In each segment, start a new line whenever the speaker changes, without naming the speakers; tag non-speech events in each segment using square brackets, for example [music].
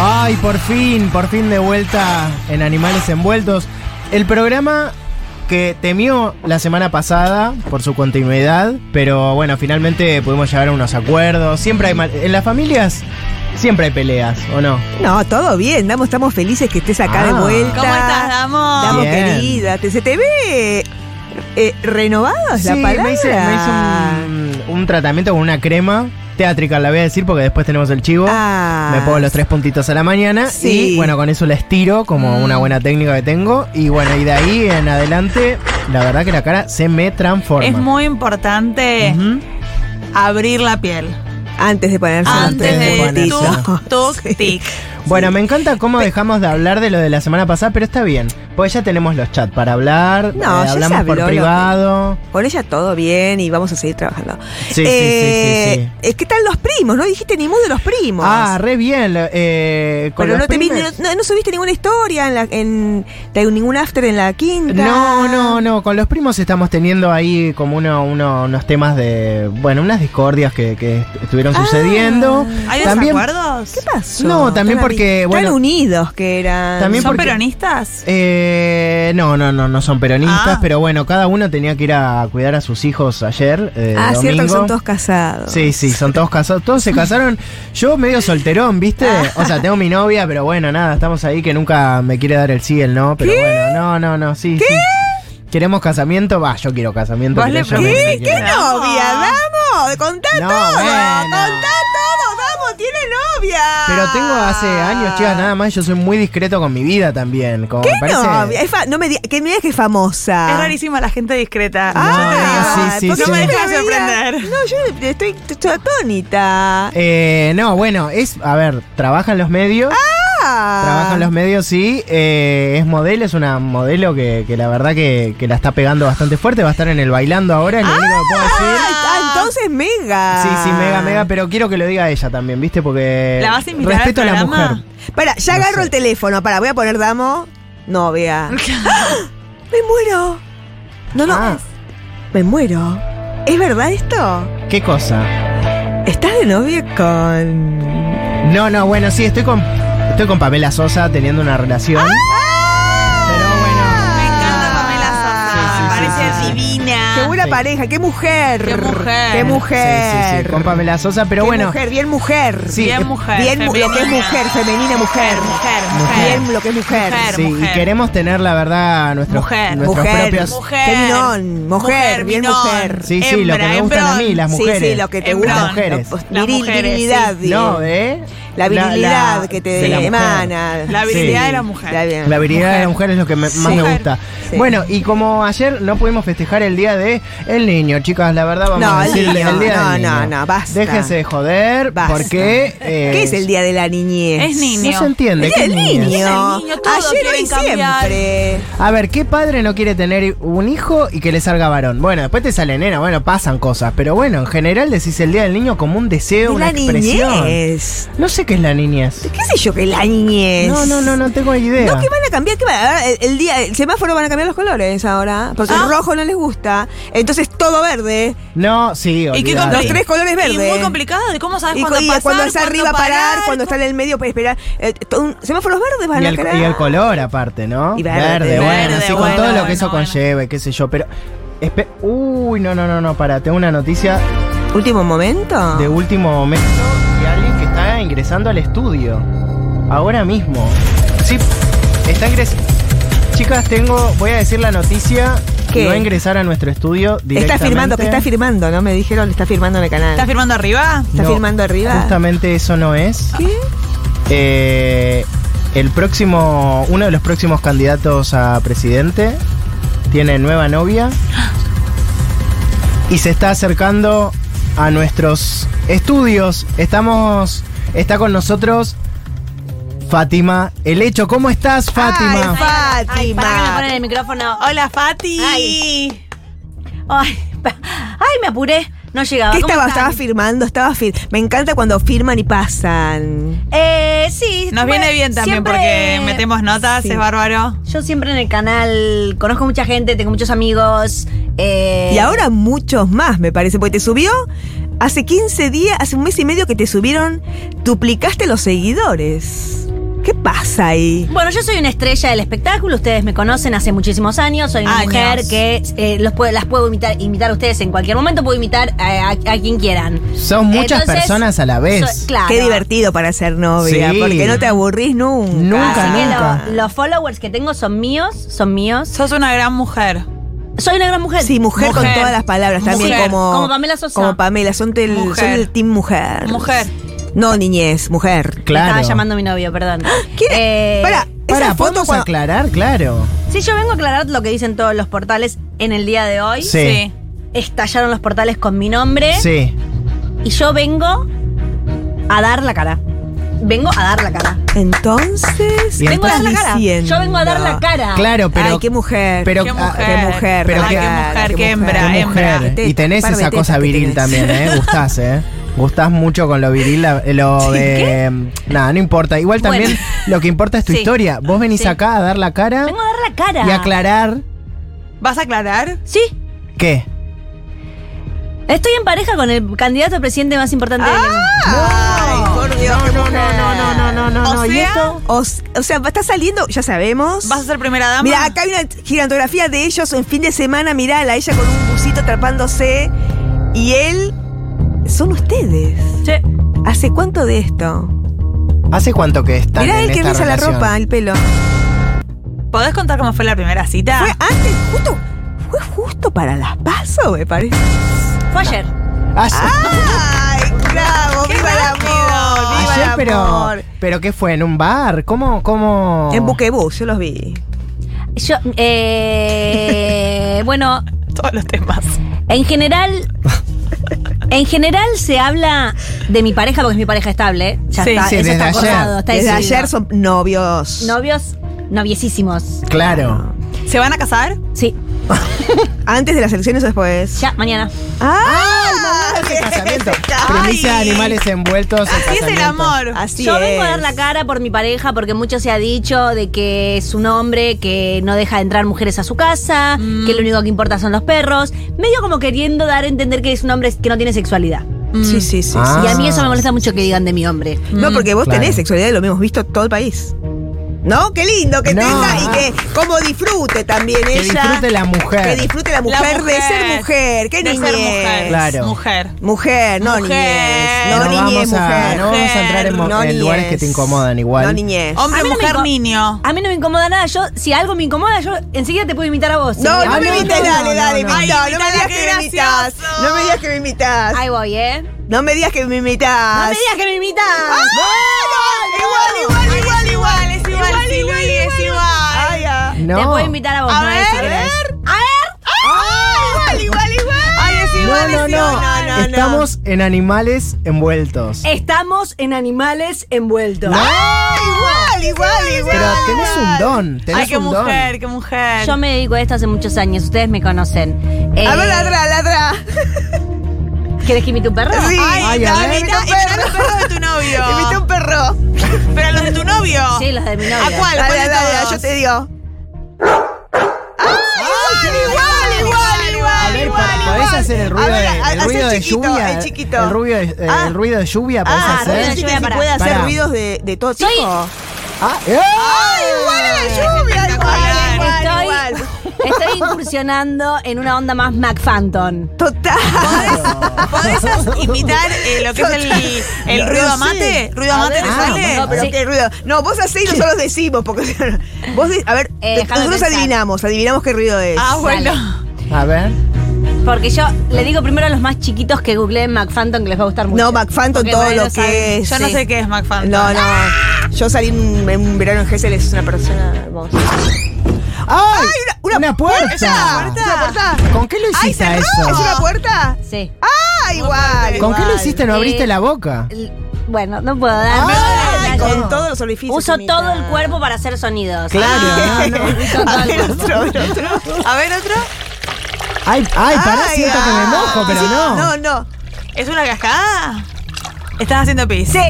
Ay, por fin, por fin de vuelta en Animales Envueltos. El programa que temió la semana pasada por su continuidad, pero bueno, finalmente pudimos llegar a unos acuerdos. Siempre hay mal- en las familias siempre hay peleas, ¿o no?
No, todo bien, Damo, estamos felices que estés acá
Ah.
de vuelta.
¿Cómo estás, Damo?
Damo,
Bien.
querida, te- se te ve eh, renovado, es la
Sí,
palabra.
me hice, me hice un, un tratamiento con una crema teátrica, la voy a decir porque después tenemos el chivo.
Ah.
Me pongo los tres puntitos a la mañana
Sí. Mm.
y bueno, con eso la estiro como una buena técnica que tengo. Y bueno, y de ahí en adelante, la verdad que la cara se me transforma.
Es muy importante
Ujú.
abrir la piel
Antes de ponerse los
antes
tres
de
ponerse. [laughs]
puntitos.
tuk, tuk,
Sí.
tic.
Bueno, me encanta cómo dejamos de hablar de lo de la semana pasada, pero está bien. Porque ya tenemos los chats para hablar,
No,
eh,
ya se
hablamos por
habló lo que-
privado.
Con ella todo bien y vamos a seguir trabajando.
Sí, sí, sí, sí, sí.
eh, ¿Qué tal los primos? No dijiste ni mu de los primos.
Ah, re bien. eh, con
Pero
los
no, te vi-
primes-
no- no subiste ninguna historia en, la, en de ningún after en la quinta.
No, no, no. Con los primos estamos teniendo ahí como uno, uno- unos temas de. Bueno, unas discordias que, que estuvieron
Ah.
sucediendo.
¿Hay
También-
desacuerdos?
¿Qué pasó?
No, también
Tan ami-
porque, bueno-
Tan unidos que eran.
También
¿Son
porque-
peronistas?
Eh, no, no, no, no son peronistas,
Ah.
pero bueno, cada uno tenía que ir a cuidar a sus hijos ayer. eh,
Ah, cierto que
domingo.
son todos casados.
Sí, sí, son todos casados. Todos se casaron. Yo medio solterón, ¿viste? O sea, tengo mi novia, pero bueno, nada, estamos ahí que nunca me quiere dar el sí, el no. Pero bueno, no, no, no, sí, sí. ¿Queremos casamiento? Va, yo quiero casamiento.
¿Vos
pero
le
ella me
prometiste
dice
¿Qué?
que
¿Qué
no.
novia? ¡Vamos! ¡Contá
No,
todo!
bueno.
¡Contá todo! ¡Vamos! ¡Tiene novia!
Pero tengo hace años, chicas, nada más. Yo soy muy discreto con mi vida también. Como
¿Qué
me parece-
novia? Es fa- no me digas que me digas que es famosa.
Es rarísima la gente discreta.
Ah,
Yo te digo.
sí, sí,
¿por qué
sí.
me
No me
digas?
sorprender.
No, yo estoy, estoy atónita.
Eh, no, bueno, es. A ver, trabaja en los medios.
Ah.
Trabaja en los medios, sí. eh, es modelo, es una modelo que, que la verdad que, que la está pegando bastante fuerte. Va a estar en el bailando ahora, es lo único que puedo decir.
Ah, entonces mega.
Sí, sí, mega, mega, pero quiero que lo diga ella también, ¿viste? Porque.
¿La vas a invitar
Respeto
al
a la
programa?
mujer.
Para, ya
No
agarro
sé.
el teléfono. Para, voy a poner Damo.
[laughs]
Novia. ¡Ah! me muero. No, no.
Ah,
Me muero. ¿Es verdad esto?
¿Qué cosa?
¿Estás de novia con.?
No, no, bueno, sí, estoy con. Estoy con Pamela Sosa teniendo una relación. Pero bueno.
Me encanta Pamela Sosa.
Ah. Sí, sí, sí,
Me parece divina.
Qué buena
Sí.
pareja, qué mujer.
Qué mujer.
Qué
Sí, sí,
mujer.
sí, con Pamela Sosa, pero
Qué
bueno.
mujer, bien mujer.
Sí, eh,
Bien mujer.
bien mu- lo que es
femenina.
mujer, femenina, mujer.
Mujer,
Mujer.
mujer.
Bien lo que es mujer.
Mujer.
Sí, y
mujer.
queremos tener, la verdad, nuestros,
Mujer,
nuestros propios.
Mujer.
Qué minón, mujer, bien
minón,
mujer.
Sí, sí, lo que me
hembra,
gustan a mí,
hembrón.
las
Sí,
mujeres.
sí, lo que te
Hembra.
gusta.
Las mujeres.
Lo-
Las
viril-
mujeres,
virilidad, digo.
No, ¿eh?
La virilidad que te
de la mujer.
emana.
La virilidad
Sí.
de la mujer.
Está bien.
La virilidad de la mujer es lo que me- más me
Mujer.
gusta.
Sí.
Bueno, y como ayer no pudimos festejar el día de el niño, chicas, la verdad vamos
No,
a
el
decirle
niño,
el día
no,
del niño.
no, no, basta.
Déjense de joder,
Basta.
porque eh,
¿Qué es el día de la niñez?
Es niño.
No se entiende.
El día
¿qué
del
niño?
niño.
El niño, todo
Ayer hoy
quieren cambiar.
siempre.
A ver, ¿qué padre no quiere tener un hijo y que le salga varón? Bueno, después te sale nena, bueno, pasan cosas, pero bueno, en general decís el día del niño como un deseo,
Es
una
la
expresión.
niñez.
No sé qué es la niñez.
¿Qué sé yo que es la niñez?
No, no, no, no tengo idea.
No, que van a cambiar, que van a, ahora el, el día, el semáforo van a cambiar los colores ahora, porque
Ah.
el rojo no les gusta, entonces todo verde,
No, sí,
Y qué
olvídate.
los
Sí.
tres colores verdes.
Y muy complicado de cómo sabes
Y,
cuándo
y
pasar,
cuando está arriba parar, cuando está
cuándo-
en el medio para esperar, eh, to- un- semáforos verdes van
Y
a
el,
crear.
y el color aparte, ¿no?
Y verde. Verde,
bueno, sí, con
bueno,
todo lo que
bueno,
eso
bueno.
conlleva y qué sé yo, pero... espe- Uy, no, no, no, no, para, tengo una noticia
Último momento.
de último momento de alguien que está ingresando al estudio. Ahora mismo. Sí, está ingresando. Chicas, tengo, voy a decir la noticia que
¿Qué?
va a ingresar a nuestro estudio directamente.
Está firmando, que está firmando, ¿no? Me dijeron, está firmando en el canal.
¿Estás firmando arriba?
está
No,
firmando arriba.
Justamente eso no es.
¿Qué?
Eh, el próximo, uno de los próximos candidatos a presidente tiene nueva novia y se está acercando a nuestros estudios. Estamos, está con nosotros Fátima El Hecho. ¿Cómo estás, Fátima?
Ay,
Ay,
Fátima.
para que nos ponen el micrófono.
Hola, Fati.
Ay. Ay, pa- ay, me apuré. No llegaba.
¿Qué
¿Cómo
estaba?
están?
Estaba firmando, estaba fir Me encanta cuando firman y pasan.
Eh, sí.
Nos
bueno,
viene bien también
siempre-
porque metemos notas,
Sí.
es bárbaro.
Yo siempre en el canal conozco mucha gente, tengo muchos amigos. eh,
Y ahora muchos más, me parece, porque te subió hace 15 días, hace un mes y medio que te subieron, duplicaste los seguidores. ¿Qué pasa ahí?
Bueno, yo soy una estrella del espectáculo, ustedes me conocen hace muchísimos años, soy una
Años.
mujer que eh, los puedo- las puedo imitar, imitar a ustedes en cualquier momento, puedo imitar a, a- a quien quieran.
Son muchas
Entonces,
personas a la vez.
soy- claro.
Qué divertido para ser novia,
Sí.
porque no te aburrís nunca.
Nunca,
Así que lo-
nunca.
los followers que tengo son míos, son míos.
Sos una gran mujer.
Soy una gran mujer.
Sí, mujer, con
Mujer.
todas las palabras, también
Mujer.
como.
Como Pamela Sosa.
Como Pamela, son del, son
Mujer.
del team mujer.
Mujer.
No, niñez, mujer.
Me
Claro.
Estaba llamando a mi novio,
[gasps]
perdón.
¿Quién es?
Eh,
Pará, esa
Para,
foto
¿podemos
cuando-
aclarar? Claro.
Sí, yo vengo a aclarar lo que dicen todos los portales en el día de hoy.
Sí.
Estallaron los portales con mi nombre.
Sí.
Y yo vengo a dar la cara. Vengo a dar la cara.
Entonces,
Y
¿qué
Vengo a
estás
dar la cara.
diciendo?
Yo vengo a dar la cara.
Claro, pero.
Ay, qué mujer.
pero-
Qué
ah,
mujer.
qué mujer,
pero
Ay,
qué-
qué mujer,
qué
qué
Qué
hembra,
mujer.
hembra.
mujer.
Teta,
Y tenés
par de
esa
tetas
cosa
que
viril
tenés.
también, ¿eh? Gustás, ¿eh? Gustás mucho con lo viril, la- lo
Sí,
de... Nada, no importa. Igual también
Bueno.
lo que importa es tu
Sí.
historia. Vos venís
Sí.
acá a dar la cara
Vengo a dar la cara.
y aclarar
¿Vas a aclarar?
Sí.
qué.
Estoy en pareja con el candidato a presidente más importante de
Ah.
Ay, por Dios, qué
no, no,
mujer.
no, no, no, no, no,
O
no. ¿Y
sea,
esto?
O, s- o sea, está saliendo, ya sabemos.
¿Vas a ser primera dama?
Mira, acá hay una gigantografía de ellos en fin de semana, mirala, ella con un busito atrapándose y él son ustedes.
ellos.
¿Hace cuánto de esto?
¿Hace cuánto que están
Mirá
en
él que
esta
besa la
relación?
ropa, el pelo.
¿Podés contar cómo fue la primera cita?
Fue antes, justo, fue justo para las paso, me parece.
Fue ayer.
Hace-
Ah, ¡Ay, bravo!
¡Qué
¡Viva el
rápido!
amor! ¡Viva
Ah, ayer,
el
pero...
amor!
¿Pero qué fue? ¿En un bar? ¿Cómo? ¿Cómo?
En Buquebú, yo los vi.
Yo,
[laughs]
eh, bueno,
Todos los temas.
[laughs]
en general. En general se habla de mi pareja porque es mi pareja estable. Ya
Sí,
está,
sí,
eso
desde
está
ayer.
acordado, está
Desde
decidido.
ayer son novios.
Novios, noviecísimos.
Claro.
¿Se van a casar?
Sí,
¿Antes de las elecciones o después?
ya, mañana.
¡Ah!
Ese casamiento.
[laughs] Ay.
Premisa de animales envueltos. el
Así es el
casamiento.
amor.
Así
Yo
es.
vengo a dar la cara por mi pareja porque mucho se ha dicho de que es un hombre que no deja de entrar mujeres a su casa,
Mm.
que lo único que importa son los perros, medio como queriendo dar a entender que es un hombre que no tiene sexualidad.
Sí, sí, sí.
Ah.
Y a mí eso me molesta mucho que digan de mi hombre.
sí. No, porque vos
Claro.
tenés sexualidad y lo hemos visto todo el país. ¿No? Qué lindo que
No.
tenga y que como disfrute también
Que
ella.
disfrute la mujer.
Que disfrute la mujer, de ser mujer. Qué
de
niñez.
ser mujer.
Claro.
Mujer.
Mujer, no
Mujer.
niñez.
No,
No, niñez,
vamos a,
mujer.
no vamos a entrar en, mo-
No
en
niñez.
lugares que te incomodan igual. Ah,
No niñez.
Hombre,
A mí no me
mujer,
inco-
niño.
A mí no me incomoda nada, yo si algo me incomoda, yo enseguida te puedo imitar a vos.
No,
Enseguida.
no,
Ah,
me
no,
imites,
no,
dale,
no,
dale,
no,
no,
no.
no, me
Ay,
digas
qué
que me imitas.
gracioso.
No me digas que me imitas.
Ahí voy, ¿eh?
No me digas que me imitas.
No me digas que me imitas.
¡Ah! Igual, igual, igual, igual, es igual,
Igual,
sí,
igual,
Luli,
igual,
es
igual.
igual. Ay, ah.
No.
Te puedo imitar a vos.
A
no
ver,
decir
a
que no.
ver.
A ver.
Ah, igual, igual, igual. Ay, es
No,
igual,
no,
es
no.
igual. No, Eh, no, no.
Estamos en animales envueltos.
Estamos en animales envueltos.
Ah, igual, igual, igual.
Pero tenés un don. Tenés
Ay, qué
un
mujer, qué mujer.
Yo me dedico a esto hace muchos años, ustedes me conocen.
A
Eh,
ver, ladra, ladra.
¿Querés que imite un perro?
Sí.
Ay,
Ay,
a
dale,
ver.
imita, imita los perros de tu [laughs]
Imité un
novio.
perro.
Pero los de tu novio.
Sí, los de mi novia.
¿A cuál?
Dale,
¿Cuál de
dale, dale,
todos?
yo te digo. ¡Ay, igual, igual,
don. A
igual,
ver,
igual,
pa-
igual!
¿podés hacer el ruido,
A ver,
de,
ha-
el
hace
ruido de
chiquito,
lluvia?
El chiquito.
El ruido, de- eh,
Ah.
el ruido de lluvia, ¿podés
Ah,
hacer?
ruido de
sí que
lluvia,
se
pará.
puede hacer
Pará.
ruidos de, de todo tipo.
Soy-
Ah, ¡eh!
¡Ah, igual a la lluvia!
espectacular.
Igual, igual, igual.
Estoy, estoy incursionando en una onda más McFanton.
Total.
¿Podés as- imitar eh, lo que es el, el
No
ruido
sé.
a mate? ¿Ruido a
A
mate
ver,
te
ah,
sale?
No, pero
Sí.
qué ruido. No, vos hacés y nosotros decimos, porque si no, vos de- a ver,
Eh,
te-
déjame
nosotros
pensar.
adivinamos, adivinamos qué ruido es.
Ah, bueno.
A ver.
Porque yo le digo primero a los más chiquitos que googleen McFanton que les va a gustar mucho.
no, McFanton,
Porque
todo
por ahí
lo
no
que
saben.
es.
Yo no
sí.
sé qué es McFanton.
No, no. Yo salí en, en un verano en Gessel, es una persona hermosa.
¡Ay!
una-
una,
una
puerta.
¿Es una puerta?
¿Con qué lo
¡Ay,
hiciste
cerró!
eso?
¿Es una puerta?
Sí.
¡Ah, igual!
¿Con qué lo
igual.
hiciste? ¿No
Eh,
abriste la boca?
L- Bueno, no puedo
Ay,
Ay,
dar. no puedo dar
con todos los orificios.
Uso
imita.
todo el cuerpo para hacer sonidos. Ah.
Claro, no, no.
A ver, otro, otro.
A ver, otro.
Ay, ay, pará,
Ay,
siento que me
ah.
mojo, pero no.
No, no.
¿Es una cascada? ¿Estás haciendo pis?
Sí.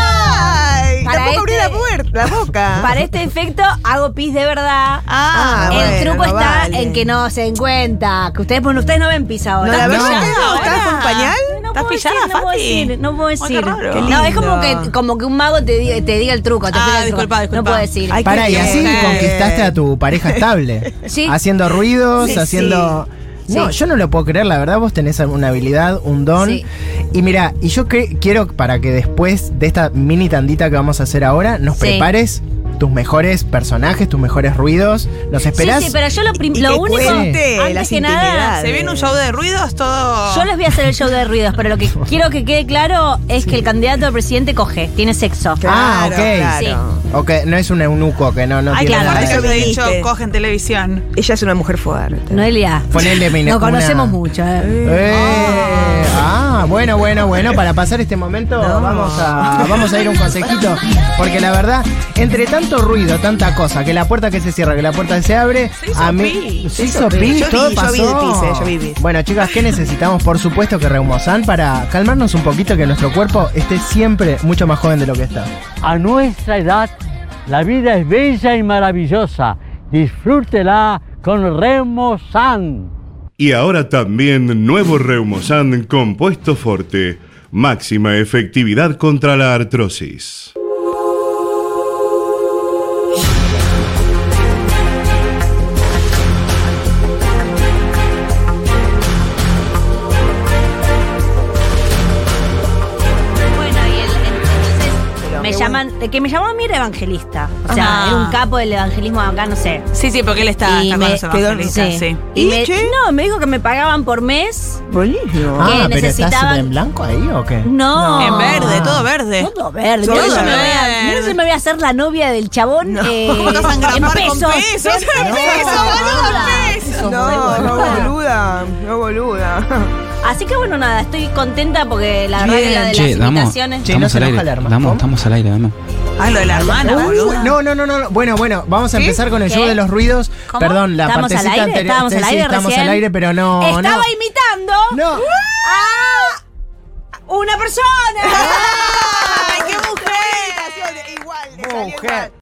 ¡Ay!
Para
Tampoco abrí
este-
la puerta, la boca.
Para este efecto hago pis de verdad.
Ah,
Ah,
el
bueno,
truco
no
está
vale.
en que no se den cuenta. Que ustedes, bueno, ustedes no ven pis
No,
ahora.
la verdad,
No.
¿estás
Ahora.
con pañal?
No
¿Estás
puedo
pillada,
decir, no puedo
Fati?
decir, no puedo
Ay, qué
decir.
raro.
Qué
No, es como
lindo.
que, como que un mago te, di- te diga el truco. Te
Ah,
explica el truco.
disculpa, disculpa.
No puedo decir.
Ay,
Para,
qué
y así
bien.
conquistaste a
[laughs]
tu pareja estable.
Sí.
Haciendo ruidos,
Sí,
haciendo.
sí.
No,
Sí.
yo no lo puedo creer, la verdad, vos tenés una habilidad, un don.
Sí.
Y mira, y yo cre- quiero para que después de esta mini tandita que vamos a hacer ahora, nos
Sí.
prepares tus mejores personajes, tus mejores ruidos. ¿Nos
sí,
esperás?
sí, pero yo lo, prim-
Y
lo
que
único.
cuente
antes
las
que nada,
intimidades.
Se viene un show de ruidos, todo.
Yo les voy a hacer el show de ruidos, pero
[laughs]
lo que quiero que quede claro es que el candidato a presidente coge, tiene sexo.
Ah, ok.
claro.
Ok, no es un eunuco que no, no
Ay,
tiene
claro,
nada.
aparte
que
eso
haya dicho,
viniste.
coge en televisión.
Ella es una mujer fuerte.
Noelia. [laughs]
Ponele mi-
Nos
una-
conocemos mucho, ¿eh?
Eh, ah, bueno, bueno, bueno, para pasar este momento vamos, a, vamos a ir un consejito, porque la verdad, entre tanto ruido, tanta cosa, que la puerta que se cierra, que la puerta que se abre,
Se hizo
a mí
pis,
se
se
hizo
hizo pis.
pis,
Yo vi,
todo
yo
pasó.
vi de pis, eh, yo vi de pis.
Bueno, chicas, ¿qué necesitamos? Por supuesto que Reumosan para calmarnos un poquito, que nuestro cuerpo esté siempre mucho más joven de lo que está.
A nuestra edad, la vida es bella y maravillosa. Disfrútela con Remo San.
Y ahora también nuevo Reumosan compuesto forte, máxima efectividad contra la artrosis.
Bueno, y el- entonces me llaman, eh, que me llamó a mí era evangelista. O sea,
Ajá.
era un capo del evangelismo acá, no sé.
Sí, sí, porque él está,
Y
está
me-
con los
quedó-
evangelistas, sí.
Y
¿Y
me-
che?
no, me dijo que me pagaban por mes.
Buenísimo.
Ah,
Ah,
Que
pero ¿estás
necesitaban-
en blanco ahí o qué?
No.
En verde, todo verde.
Todo verde.
Todo
Mira, yo me voy a-
verde.
mira, yo me voy a hacer la novia del chabón [laughs] eh,
¿Cómo te vas a
en
engrafar
pesos.
con pesos? En pesos, boludo, en pesos.
No, no boluda, no [laughs] boluda.
Así que bueno, nada, estoy contenta porque la verdad que la de
Che,
las
damos.
invitaciones.
Che, no
Estamos
se
al
enoja
aire.
la hermana,
Damos,
¿cómo?
estamos al aire, damos.
Ah, lo de la hermana, boludo.
No, no, no, no, no. Bueno, bueno, vamos a empezar con el
¿Qué?
show de los ruidos.
¿Cómo?
Perdón, la
¿Estábamos al
partecita
aire?
anterior.
¿Estábamos
Sí,
al
sí,
aire
estamos
recién?
al aire, pero no.
Estaba
no.
imitando
No. [laughs]
a una persona.
¡Ay, qué mujer!
Igual,
Mujer.